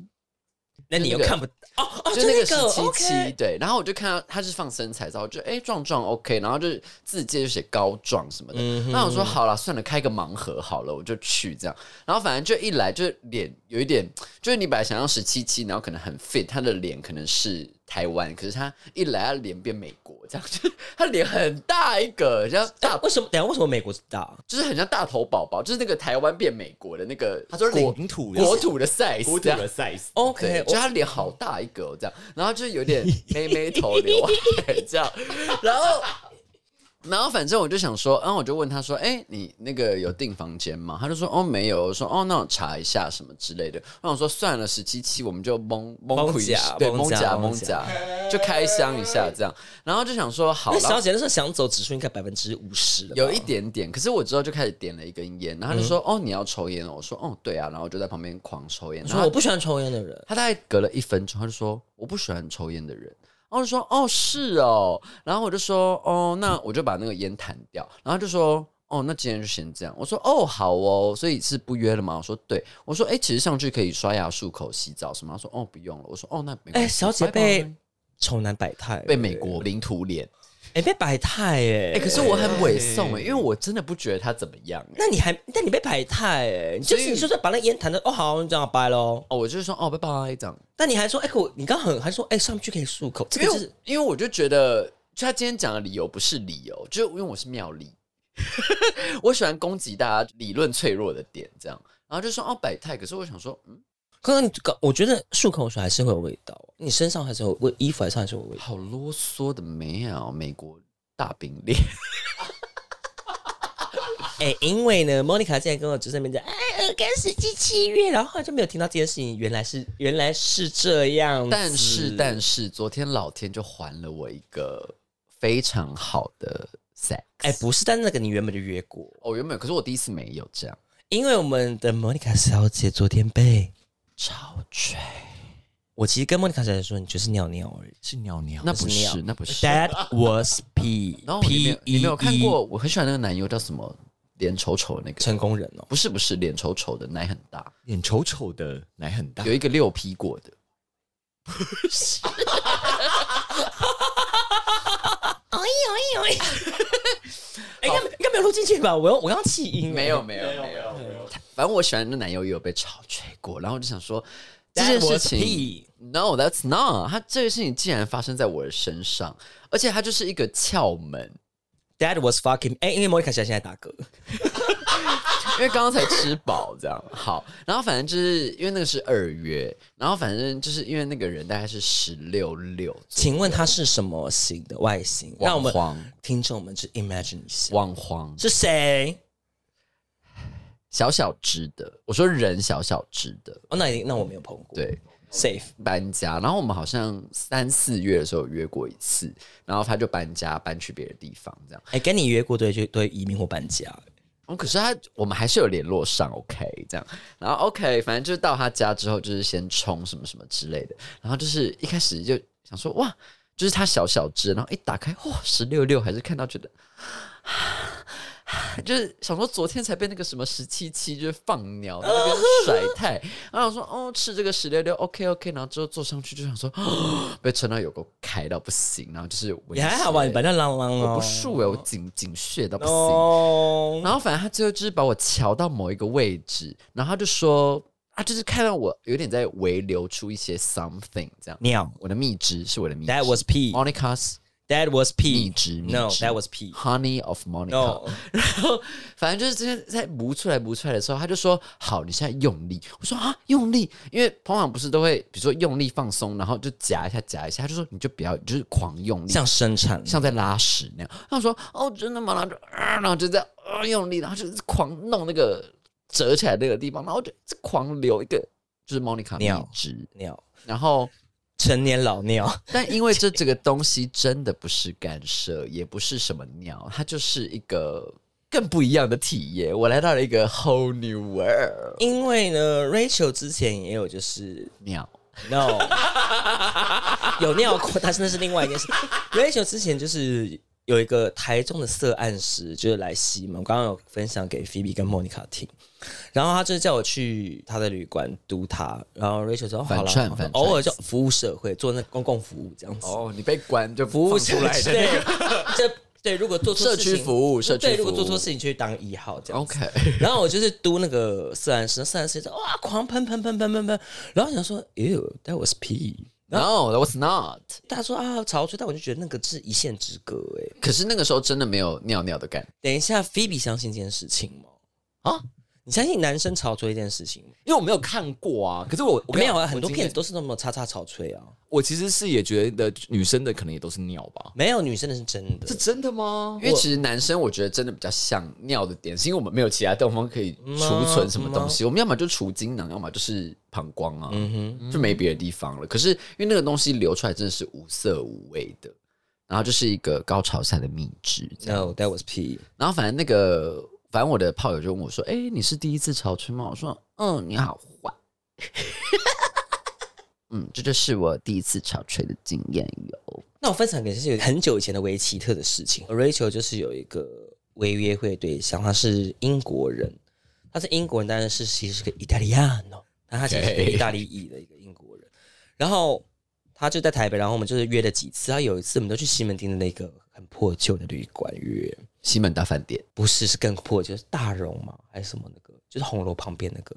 [SPEAKER 3] 那你又
[SPEAKER 2] 就那个
[SPEAKER 3] 看不到哦哦，
[SPEAKER 2] 就那个十
[SPEAKER 3] 个
[SPEAKER 2] 七
[SPEAKER 3] OK
[SPEAKER 2] 七，对。然后我就看到他是放身材照，我就哎、壮壮 OK，然后就是字界就写高壮什么的。
[SPEAKER 3] 嗯哼
[SPEAKER 2] 那我说好了，算了，开个盲盒好了，我就去这样。然后反正就一来就是脸有一点，就是你本来想要十七七，然后可能很 fit，他的脸可能是台湾，可是他一来他脸变美国，这样就他脸很大一个，然后大
[SPEAKER 3] 啊？为什么？等一下为什么美国是大？
[SPEAKER 2] 就是很像大头宝宝，就是那个台湾变美国的那个
[SPEAKER 1] 他说
[SPEAKER 2] 国
[SPEAKER 1] 领土的
[SPEAKER 2] 国土的 size，
[SPEAKER 1] 国土
[SPEAKER 2] 这样
[SPEAKER 1] 的 size，
[SPEAKER 2] 对
[SPEAKER 3] OK，
[SPEAKER 2] 就他脸好大一个、哦、这样，然后就是有点妹妹头刘海这样，然后。然后反正我就想说，然后我就问他说：“哎、你那个有订房间吗？”他就说：“哦，没有。”我说：“哦，那我查一下什么之类的。”然后我说：“算了，十七期我们就蒙蒙
[SPEAKER 3] 蒙
[SPEAKER 2] 回
[SPEAKER 3] 甲
[SPEAKER 2] 对
[SPEAKER 3] 蒙
[SPEAKER 2] 蒙
[SPEAKER 3] 甲
[SPEAKER 2] 甲
[SPEAKER 3] 蒙
[SPEAKER 2] 蒙甲，就开箱一下这样。”然后就想说：“好
[SPEAKER 3] 那
[SPEAKER 2] 了。”
[SPEAKER 3] 小姐那时候想走指数应该百分之五十了吧，嗯
[SPEAKER 2] 有一点点，可是我之后就开始点了一根烟，然后他就说：“哦，你要抽烟哦。”我说：“哦，对啊。”然后我就在旁边狂抽烟。
[SPEAKER 3] 我
[SPEAKER 2] 然
[SPEAKER 3] 说
[SPEAKER 2] 后
[SPEAKER 3] 我
[SPEAKER 2] 他
[SPEAKER 3] 不喜欢抽烟的人，
[SPEAKER 2] 他大概隔了一分钟，他就说：“我不喜欢抽烟的人。”然后我就说：“哦，是哦。”然后我就说：“哦，那我就把那个烟弹掉。”然后他就说。哦，那今天就先这样。我说哦，好哦，所以是不约了吗？我说对，我说哎、其实上去可以刷牙、漱口、洗澡什么。他说哦，不用了。我说哦，那
[SPEAKER 3] 哎、
[SPEAKER 2] 没关系。
[SPEAKER 3] 小姐
[SPEAKER 2] 拜拜
[SPEAKER 3] 被丑男百态，
[SPEAKER 2] 被美国领土脸，
[SPEAKER 3] 哎、被百态哎、
[SPEAKER 2] 哎、可是我很委送哎、因为我真的不觉得他怎么样哎、
[SPEAKER 3] 那你还，但你被百态哎、你就
[SPEAKER 2] 所
[SPEAKER 3] 是
[SPEAKER 2] 以
[SPEAKER 3] 你就是把那烟弹的哦好，你这样掰喽。
[SPEAKER 2] 哦，我就是说哦，拜拜这样。
[SPEAKER 3] 但你还说哎、可我你刚很还说哎、上去可以漱口，这
[SPEAKER 2] 因
[SPEAKER 3] 个
[SPEAKER 2] 为
[SPEAKER 3] 就
[SPEAKER 2] 我
[SPEAKER 3] 是
[SPEAKER 2] 因为我就觉得，就他今天讲的理由不是理由，就因为我是妙 理，我喜欢攻击大家理论脆弱的点，这样，然后就说哦百态，可是我想说，嗯，
[SPEAKER 3] 刚刚你搞，我觉得漱口水还是会有味道，你身上还是有味，衣服还是还是有味道。
[SPEAKER 2] 好啰嗦的没有，美国大饼脸，
[SPEAKER 3] 哎、因为呢，Monica 之前跟我只是那边讲，哎，耳根实际七月，然后后来就没有听到这件事情，原来是原来是这样子。
[SPEAKER 2] 但是但是，昨天老天就还了我一个非常好的 sex。
[SPEAKER 3] 哎、不是，但那个你原本就约过，
[SPEAKER 2] 哦，原本可是我第一次没有这样，
[SPEAKER 3] 因为我们的 Monica 小姐昨天被超追。我其实跟 Monica 小姐说，你就是尿尿而已。
[SPEAKER 1] 是尿尿，
[SPEAKER 2] 那不
[SPEAKER 3] 尿
[SPEAKER 2] 是，那不是。
[SPEAKER 3] That was P
[SPEAKER 2] 然后哦你
[SPEAKER 3] P
[SPEAKER 2] 没有你
[SPEAKER 3] E
[SPEAKER 2] 没有看
[SPEAKER 3] E
[SPEAKER 2] 过，我很喜欢那个男优叫什么？脸丑丑的那个？
[SPEAKER 3] 成功人哦，
[SPEAKER 2] 不是不是，脸丑丑的，奶很大，
[SPEAKER 1] 脸丑丑的，奶很大
[SPEAKER 2] 有，一个六 P 过的。
[SPEAKER 4] 哎呦哎呦，
[SPEAKER 3] 哎、应该应该没有录进去吧？我要我要弃音，
[SPEAKER 2] 没有没有没有没有，反正我喜欢的男友也有被炒吹过，然后我就想说这
[SPEAKER 3] That
[SPEAKER 2] 件事
[SPEAKER 3] was
[SPEAKER 2] 情
[SPEAKER 3] pee.
[SPEAKER 2] ，no that's not，他这个事情竟然发生在我的身上，而且他就是一个窍 门，
[SPEAKER 3] That was fucking 哎、因为 Monica 小姐现在打嗝，
[SPEAKER 2] 因为刚刚才吃饱这样。好，然后反正就是因为那个是二月，然后反正就是因为那个人大概是十六六，
[SPEAKER 3] 请问她是什么型的外形？
[SPEAKER 2] 网
[SPEAKER 3] 让我们
[SPEAKER 2] 黄
[SPEAKER 3] 听众们去 imagine 一下，
[SPEAKER 2] 网黄
[SPEAKER 3] 是谁？
[SPEAKER 2] 小小只的，我说人小小只的，
[SPEAKER 3] 哦，那一定那我没有碰过，
[SPEAKER 2] 对。
[SPEAKER 3] ，safe。
[SPEAKER 2] 搬家，然后我们好像三四月的时候有约过一次，然后他就搬家搬去别的地方这样。
[SPEAKER 3] 哎、跟你约过对就对移民或搬家，
[SPEAKER 2] 哦，可是他我们还是有联络上，OK 这样。然后 OK，反正就是到他家之后，就是先冲什么什么之类的。然后就是一开始就想说哇，就是他小小只，然后一打开哇十六六，还是看到觉得。就是想说，昨天才被那个什么十七七就是放鸟在那边甩 太，然后想说哦吃这个十六六 OK OK，然后之后坐上去就想说被撑到有个开到不行，然后就是
[SPEAKER 3] 也还好吧，你把那啷啷
[SPEAKER 2] 我
[SPEAKER 3] 哦，
[SPEAKER 2] 不竖哎、我紧紧血到不行，
[SPEAKER 3] 哦，
[SPEAKER 2] 然后反正他最后就是把我瞧到某一个位置，然后他就说，他就是看到我有点在微流出一些 something 这样。
[SPEAKER 3] 尿
[SPEAKER 2] 我的蜜汁是我的蜜汁
[SPEAKER 3] ，That was P
[SPEAKER 2] Monica's
[SPEAKER 3] That was P
[SPEAKER 2] 蜜汁蜜
[SPEAKER 3] No
[SPEAKER 2] 汁
[SPEAKER 3] That was P
[SPEAKER 2] honey of Monica。
[SPEAKER 3] No
[SPEAKER 2] 然后反正就是这些在磨出来磨出来的时候，他就说：“好，你现在用力。”我说：“啊，用力，因为通常不是都会比如说用力放松，然后就夹一下夹一下。”他就说：“你就不要，就是狂用力，
[SPEAKER 3] 像生产，
[SPEAKER 2] 像在拉屎那样。他说：“哦，真的吗？”然后就、啊，然后就在、啊、用力，然后就是狂弄那个折起来那个地方，然后就狂流一个就是 Monica
[SPEAKER 3] 尿
[SPEAKER 2] 蜜汁。
[SPEAKER 3] 尿，
[SPEAKER 2] 然后，
[SPEAKER 3] 成年老尿，
[SPEAKER 2] 但因为这这个东西真的不是干涉，也不是什么尿，它就是一个更不一样的体验。我来到了一个 whole new world
[SPEAKER 3] 因为呢，Rachel 之前也有就是
[SPEAKER 2] 尿。
[SPEAKER 3] No，有尿过，但是那是另外一件事。Rachel 之前就是有一个台中的色暗室，就是来西门，我刚刚有分享给 Phoebe 跟 Monica 听，然后他就是叫我去他的旅馆督他，然后 Rachel 说哦好
[SPEAKER 2] 反串
[SPEAKER 3] 了
[SPEAKER 2] 反，串
[SPEAKER 3] 偶尔就服务社会，做那公共服务这样子。
[SPEAKER 2] 哦，你被关就
[SPEAKER 3] 服
[SPEAKER 2] 服
[SPEAKER 3] 务
[SPEAKER 2] 务出来的那个
[SPEAKER 3] 个，这对，如果做错
[SPEAKER 2] 社
[SPEAKER 3] 事情
[SPEAKER 2] 区服务，社区
[SPEAKER 3] 对，如
[SPEAKER 2] 服
[SPEAKER 3] 果
[SPEAKER 2] 务
[SPEAKER 3] 做错事情去当一号这样子。
[SPEAKER 2] ，OK，
[SPEAKER 3] 然后我就是嘟那个色暗室，色暗室就哇狂喷喷喷喷喷喷，然后我想说，ew，that was pee。
[SPEAKER 2] No, that was not。
[SPEAKER 3] 大家说啊潮吹，但我就觉得那个是一线之隔哎、
[SPEAKER 2] 可是那个时候真的没有尿尿的感觉。
[SPEAKER 3] 等一下，菲比相信这件事情吗？
[SPEAKER 1] 啊，
[SPEAKER 3] 你相信男生潮吹这件事情吗？
[SPEAKER 1] 因为我没有看过啊。可是我我
[SPEAKER 3] 没有
[SPEAKER 1] 我
[SPEAKER 3] 啊，很多
[SPEAKER 1] 今
[SPEAKER 3] 骗
[SPEAKER 1] 天
[SPEAKER 3] 子都是那么叉叉潮吹啊，
[SPEAKER 1] 我其实是也觉得女生的可能也都是尿吧，
[SPEAKER 3] 没有女生的是真的
[SPEAKER 1] 是。真的吗？
[SPEAKER 2] 因为其实男生我觉得真的比较像尿的点，是因为我们没有其他地方可以储存什么东西，我们要么就储精囊，要么就是膀胱
[SPEAKER 3] 嗯
[SPEAKER 2] 啊，就没别的地方了。可是因为那个东西流出来真的是无色无味的，然后就是一个高潮下的蜜汁这样。
[SPEAKER 3] No, that was P。
[SPEAKER 2] 然后反正那个，反正我的炮友就问我说：“哎、你是第一次潮吹吗？”我说：“嗯，你好坏。” 嗯，这就是我第一次潮吹的经验有。
[SPEAKER 3] 那我分享给是有很久以前的维奇特的事情。Rachel 就是有一个微约会对象，他是英国人，他是英国人，但是其实是个意大利亚 n 但他其实是个
[SPEAKER 2] Okay
[SPEAKER 3] 意大利裔的一个英国人。然后他就在台北，然后我们就是约了几次。他有一次我们都去西门町的那个很破旧的旅馆约，
[SPEAKER 2] 西门大饭店。
[SPEAKER 3] 不是是更破旧，是大荣嘛还是什么那个，就是红楼旁边那个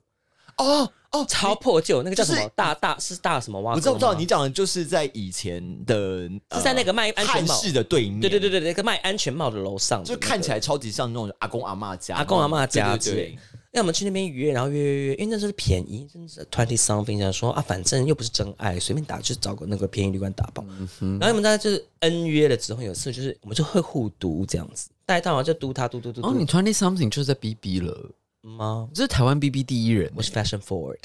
[SPEAKER 1] 哦哦，
[SPEAKER 3] 超破旧，那个叫什么、
[SPEAKER 1] 就是
[SPEAKER 3] 大大是大什么挖沟
[SPEAKER 1] 我
[SPEAKER 3] 吗？
[SPEAKER 1] 知道，我知道你讲的就是在以前的，呃
[SPEAKER 3] 是在那个卖安全
[SPEAKER 1] 汉
[SPEAKER 3] 帽
[SPEAKER 1] 室的对面，
[SPEAKER 3] 对对对对，那个卖安全帽的楼上的
[SPEAKER 1] 就
[SPEAKER 3] 那个
[SPEAKER 1] 看起来超级像那种阿公阿妈家，
[SPEAKER 3] 阿公阿嬷家
[SPEAKER 1] 对对对
[SPEAKER 3] 之类那我们去那边约，然后约约约，因为那时候便宜，真的是 twenty something，想说啊，反正又不是真爱，随便打就找个那个便宜旅馆打包。
[SPEAKER 2] 嗯
[SPEAKER 3] 然后我们大家就是 N 约了之后，有一次就是我们就会互读这样子，带到然后就嘟他嘟嘟嘟
[SPEAKER 2] 哦，你
[SPEAKER 3] 嘟
[SPEAKER 2] twenty something 就是在 BB 了，
[SPEAKER 3] 吗？
[SPEAKER 2] 你这是台湾 BB 第一人
[SPEAKER 3] 我。是 fashion forward，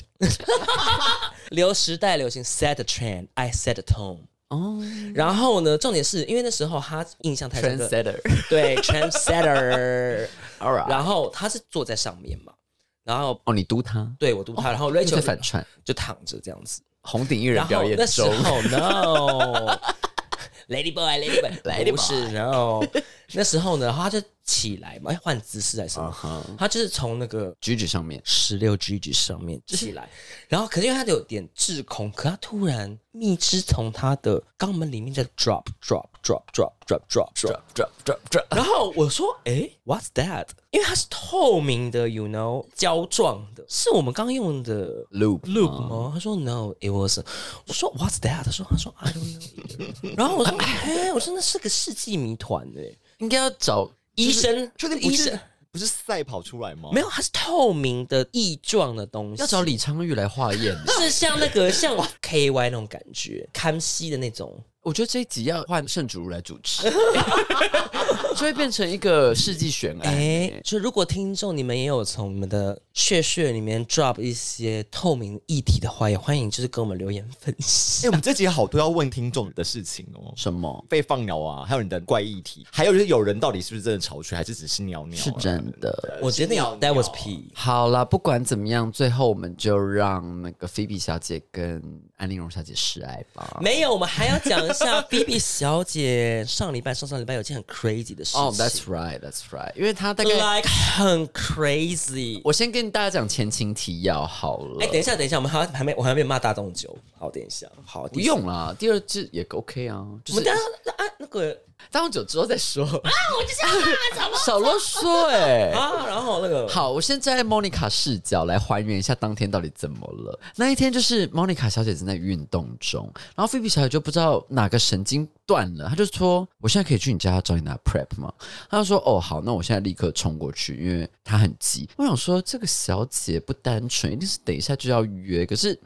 [SPEAKER 3] 流时代流行 set the trend，I set the tone。
[SPEAKER 2] 哦
[SPEAKER 3] 然后呢，重点是因为那时候他印象太深刻，
[SPEAKER 2] ，trendsetter，
[SPEAKER 3] 对 trendsetter，
[SPEAKER 2] a l right。
[SPEAKER 3] 然后他是坐在上面嘛，然后
[SPEAKER 2] 哦，你嘟他，
[SPEAKER 3] 对我读他，然后
[SPEAKER 2] 哦又
[SPEAKER 3] Rachel
[SPEAKER 2] 在反串，
[SPEAKER 3] 就躺着这样子，
[SPEAKER 2] 红顶艺
[SPEAKER 3] 然
[SPEAKER 2] 人
[SPEAKER 3] 后
[SPEAKER 2] 表演
[SPEAKER 3] 那时
[SPEAKER 2] 周。
[SPEAKER 3] 候 no。Lady boy，Lady boy，
[SPEAKER 2] Lady
[SPEAKER 3] 不是，然后那时候呢，然后他就起来嘛，哎换姿势还是什么
[SPEAKER 2] 啊哈
[SPEAKER 3] 他就是从那个
[SPEAKER 2] 举止上面，
[SPEAKER 3] 十六 G G 上面起来，然后可是因为他有点滞空，可他突然蜜汁从他的肛门里面在 drop drop drop drop drop drop drop，
[SPEAKER 2] drop drop drop，
[SPEAKER 3] 然后我说，诶 w h a t s that？因为它是透明的，you know，胶状的，是我们刚用的
[SPEAKER 2] Loop 嗯
[SPEAKER 3] loop
[SPEAKER 2] 吗
[SPEAKER 3] 吗？他说 no，it was。我说 what's that？他说他说 I don't know either。然后我说， 哎，我说那是个世纪谜团哎，
[SPEAKER 2] 应该要找
[SPEAKER 3] 医生，医生
[SPEAKER 2] 哦
[SPEAKER 1] 不是赛跑出来吗？
[SPEAKER 3] 没
[SPEAKER 1] 有，
[SPEAKER 3] 有，它是透明的异状的东西，
[SPEAKER 2] 要找李昌钰来 化验。
[SPEAKER 3] 是像那个像 K Y 那种感觉，康熙的那种。
[SPEAKER 2] 我觉得这一集要换盛主如来主 持，就会变成一个世纪悬案。
[SPEAKER 3] 哎、就如果听众你们也有从你们的血血里面 drop 一些透明液体的话，也欢迎就是跟我们留言分
[SPEAKER 1] 哎、
[SPEAKER 3] 享。
[SPEAKER 1] 我们这集好多要问听众的事情哦。
[SPEAKER 2] 什么？
[SPEAKER 1] 被放鸟啊，还有你的怪议题，还有就是有人到底是不是真的潮吹，还是只是尿啊尿？
[SPEAKER 2] 是
[SPEAKER 3] 啊
[SPEAKER 2] 真的。
[SPEAKER 3] 我觉得你
[SPEAKER 1] 鸟
[SPEAKER 3] that was
[SPEAKER 1] 鸟
[SPEAKER 3] P，
[SPEAKER 2] 好啦，不管怎么样，最后我们就让那个菲比小姐跟安陵容小姐示爱吧。
[SPEAKER 3] 没有，我们还要讲一下 B B 小姐上礼拜、上上礼拜有件很 crazy 的事情
[SPEAKER 2] 哦、t h a t s right, that's right，因为她大概
[SPEAKER 3] like 很 crazy。
[SPEAKER 2] 我先跟大家讲前情提要好了。
[SPEAKER 3] 哎、等一下，等一下，我们还还没我还没骂大洞酒。好，等一下，好，
[SPEAKER 2] 不用啦，第二季也 OK 啊，就
[SPEAKER 3] 我们
[SPEAKER 2] 是
[SPEAKER 3] 等一下啊那个
[SPEAKER 2] 当我久之后再说啊，我就想少啰嗦哎、
[SPEAKER 3] 啊，然后那个
[SPEAKER 2] 好，我现在 Monica 视角来还原一下当天到底怎么了。那一天就是 Monica 小姐正在运动中，然后菲比小姐就不知道哪个神经断了，她就说：“我现在可以去你家找你拿 prep 吗？”她就说：“哦，好，那我现在立刻冲过去，因为她很急。”我想说，这个小姐不单纯，一定是等一下就要约，可是。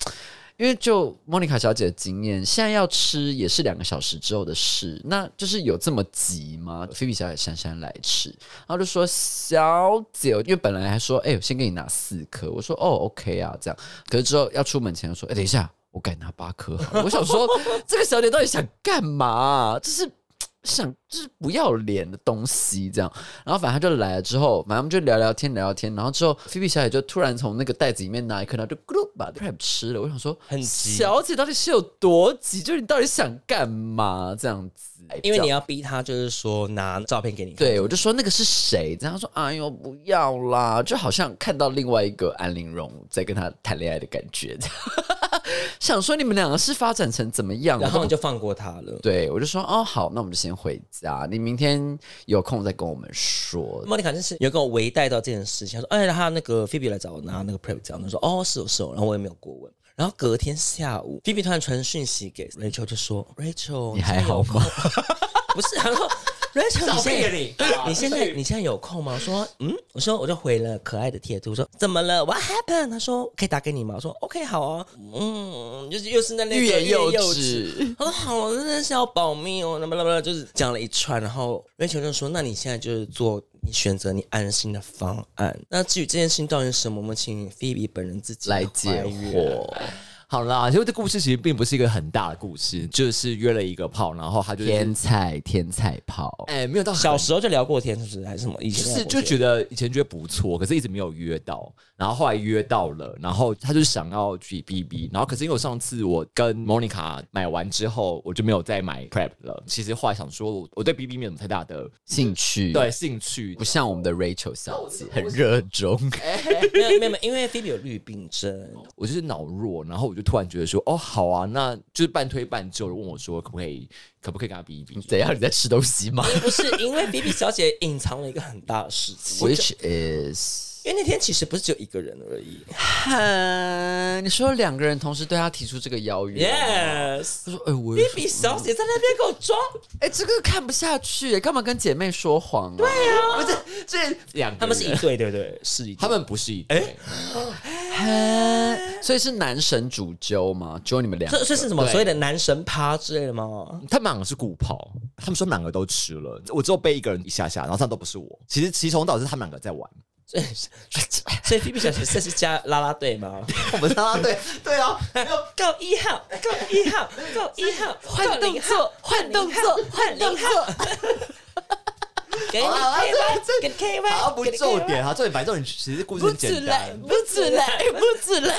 [SPEAKER 2] 因为就莫妮卡小姐的经验，现在要吃也是两个小时之后的事，那就是有这么急吗？菲比小姐姗姗来迟，然后就说小姐，因为本来还说，哎、我先给你拿四颗，我说哦，OK 啊，这样，可是之后要出门前就说，哎、等一下，我改拿八颗好了，我想说这个小姐到底想干嘛啊、就是。 想就是不要脸的东西这样，然后反正他就来了之后，反正我们就聊聊天聊聊天，然后之后菲比小姐就突然从那个袋子里面拿一颗，然后就 咕噜把 prep 吃了。我想说，
[SPEAKER 3] 很急
[SPEAKER 2] 小姐到底是有多急？就是你到底想干嘛这样子？
[SPEAKER 3] 因为
[SPEAKER 2] 这
[SPEAKER 3] 你
[SPEAKER 2] 样。
[SPEAKER 3] 要逼他，就是说拿照片给你看。
[SPEAKER 2] 对，我就说那个是谁？这样她说，哎呦，不要啦，就好像看到另外一个安陵容在跟他谈恋爱的感觉，这样 想说你们两个是发展成怎么样？
[SPEAKER 3] 然后你就放过他了。
[SPEAKER 2] 对，我就说哦好，那我们就先回家，你明天有空再跟我们说。
[SPEAKER 3] 莫妮卡真是有跟我微带到这件事情，她说：“哎，他那个菲比来找我拿那个 prep 这样。”她说：“哦，是哦，是哦。”然后我也没有过问。然后隔天下午，菲比突然传讯息给 Rachel，就说：“Rachel，
[SPEAKER 2] 你还好吗
[SPEAKER 3] 现在有空？ 不是，他说 Rachel，你现在
[SPEAKER 1] 你
[SPEAKER 3] 你现在你现在有空吗？”我说：“嗯。”我说我就回了可爱的贴图，说：“怎么了？What happened？” 他说：“可以打给你吗？”我说：“OK，好啊。”嗯，就是又是那那个
[SPEAKER 2] 欲言又
[SPEAKER 3] 止。
[SPEAKER 2] 止，
[SPEAKER 3] 他说好，我真的是要保密哦，那么那么就是讲了一串，然后 Rachel 就说，那你现在就是做你选择你安心的方案。那至于这件事情到底是什么，我们请 Phoebe 本人自己
[SPEAKER 2] 来解
[SPEAKER 3] 还原。
[SPEAKER 2] 惑。
[SPEAKER 1] 好啦，其实这故事其实并不是一个很大的故事，就是约了一个炮，然后他就是
[SPEAKER 2] 天才天才炮，
[SPEAKER 1] 哎、没有到很
[SPEAKER 3] 小时候就聊过天，是不是还是什么？以
[SPEAKER 1] 就
[SPEAKER 3] 前
[SPEAKER 1] 是就觉
[SPEAKER 3] 得
[SPEAKER 1] 得以前觉得不错，可是一直没有约到，然后后来约到了，然后他就想要去 BB，然后可是因为我上次我跟 Monica 买完之后，我就没有再买 Prep 了。其实后来想说，我我对 BB 没有什么太大的
[SPEAKER 2] 兴趣
[SPEAKER 1] 对兴趣
[SPEAKER 2] 不，像我们的 Rachel 小姐很热衷，
[SPEAKER 3] 没有没有没有，因为 Phoebe 有绿病症，
[SPEAKER 1] 我就是脑弱，然后我就突然觉得说，哦，好啊，那就是半推半就的问我说，可不可以可不可以跟他 BB？
[SPEAKER 2] 怎样？你在吃东西吗
[SPEAKER 3] 不是因为 Phoebe 小姐隐藏了一个很大的事情。
[SPEAKER 2] ？Which is
[SPEAKER 3] 因为那天其实不是只有一个人而 已。
[SPEAKER 2] 哼，你说两个人同时对他提出这个邀约
[SPEAKER 3] Yes，
[SPEAKER 2] 他说：“哎、我有
[SPEAKER 3] 比比小姐在那边给我装，
[SPEAKER 2] 哎、这个看不下去，哎干嘛跟姐妹说谎、啊？”对呀、啊，不是这
[SPEAKER 1] 两个人
[SPEAKER 3] 他们是一对，对不对？ 是一对，
[SPEAKER 1] 他们不是一对，
[SPEAKER 2] 哼，所以是男神主揪吗？揪你们两
[SPEAKER 3] 这
[SPEAKER 2] 个？
[SPEAKER 3] 这是什么
[SPEAKER 1] 对
[SPEAKER 3] 所谓的男神趴之类的吗？
[SPEAKER 1] 他们两个是骨泡，他们说他们两个都吃了，我只有被一个人一下下，然后他都不是我。其实其从导是他们两个在玩，
[SPEAKER 3] 所以，所以 B B 小姐这是加啦啦队吗？
[SPEAKER 1] 我们他对对啊，
[SPEAKER 3] 够一号，够一号，够一号，换
[SPEAKER 5] 换动作，换动作，换动作。
[SPEAKER 3] 给你
[SPEAKER 1] 好了
[SPEAKER 3] K 吧，
[SPEAKER 1] 哦这
[SPEAKER 3] 给你 K
[SPEAKER 1] 好
[SPEAKER 3] 吧，
[SPEAKER 1] 像不是重点哈，重点反正重点其实故事很简单，
[SPEAKER 5] 不出 来，不出来。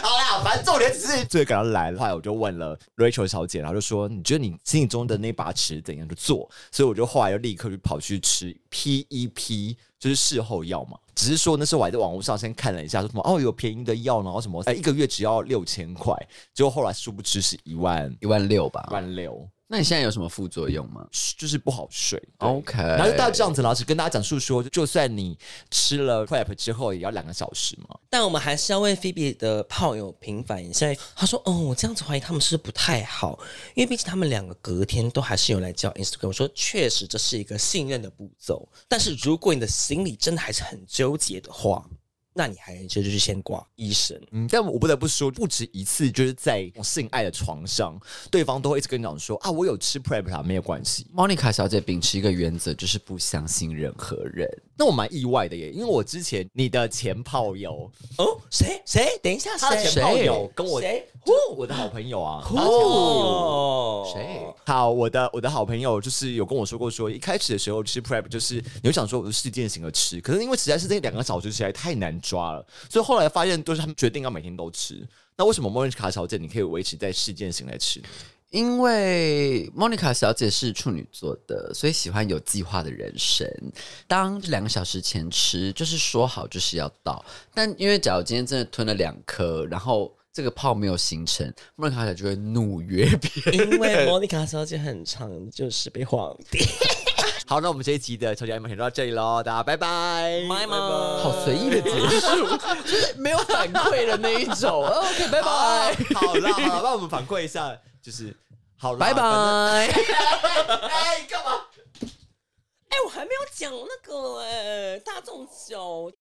[SPEAKER 1] 好啦，反正重点只是最感到来了。后来我就问了 Rachel 小姐，然后就说：“你觉得你心里中的那把尺怎样就做？”所以我就后来又立刻就跑去吃 PEP，就是事后药嘛。只是说那时候我还在网络上先看了一下，说什么哦有便宜的药，然后什么哎一个月只要六千块，结果后来殊不知是一万
[SPEAKER 2] 一万六吧
[SPEAKER 1] 一。万六，
[SPEAKER 2] 那你现在有什么副作用吗
[SPEAKER 1] 就是不好睡。对
[SPEAKER 2] ？OK，
[SPEAKER 1] 然后就到这样子，老师跟大家讲述说，就算你吃了 prep 之后，也要两个小时嘛。
[SPEAKER 3] 但我们还是要为菲比的炮友平反一下。他说：“哦，我这样子怀疑他们是不是不太好，因为毕竟他们两个隔天都还是有来交 Instagram。”我说：“确实，这是一个信任的步骤。但是如果你的心里真的还是很纠结的话，那你还是就是先挂医生。
[SPEAKER 1] 嗯，但我不得不说，不止一次，就是在性爱的床上，对方都会一直跟你讲说啊，我有吃 prep 啦，没有关系。
[SPEAKER 2] Monica 小姐秉持一个原则，就是不相信任何人。
[SPEAKER 1] 那我蛮意外的耶，因为我之前你的前炮友，”
[SPEAKER 3] 哦，谁谁？等一下，
[SPEAKER 1] 他的前
[SPEAKER 3] 谁？
[SPEAKER 1] 炮友跟我，
[SPEAKER 3] 谁？
[SPEAKER 1] 就是我的好朋友啊，
[SPEAKER 3] 哦，
[SPEAKER 2] 谁？
[SPEAKER 1] 好，我的我的好朋友就是有跟我说过说，一开始的时候吃 prep 就是你会想说我是事件型的吃，可是因为实在是那两个小时实在太难抓了，所以后来发现都是他们决定要每天都吃。那为什么莫认卡小姐你可以维持在事件型来吃？
[SPEAKER 2] 因为 Monica 小姐是处女座的，所以喜欢有计划的人生。当两个小时前吃，就是说好就是要到。但因为假如今天真的吞了两颗，然后这个泡没有形成，Monica 小姐就会怒约别 人。
[SPEAKER 3] 因为莫妮卡小姐很长，就是被晃掉。
[SPEAKER 1] 好，那我们这一集的超级爱冒险就到这里喽，大家拜拜，
[SPEAKER 3] 拜拜
[SPEAKER 2] 好随意的结束，就是没有反馈的那一种。OK，拜
[SPEAKER 1] 拜
[SPEAKER 2] 拜，
[SPEAKER 1] 拜，好啦好啦，帮我们反馈一下，就是好啦，反
[SPEAKER 2] 拜
[SPEAKER 1] 正
[SPEAKER 2] 拜。
[SPEAKER 1] 哎，干 嘛？
[SPEAKER 3] 哎、我还没有讲那个哎、大众酒。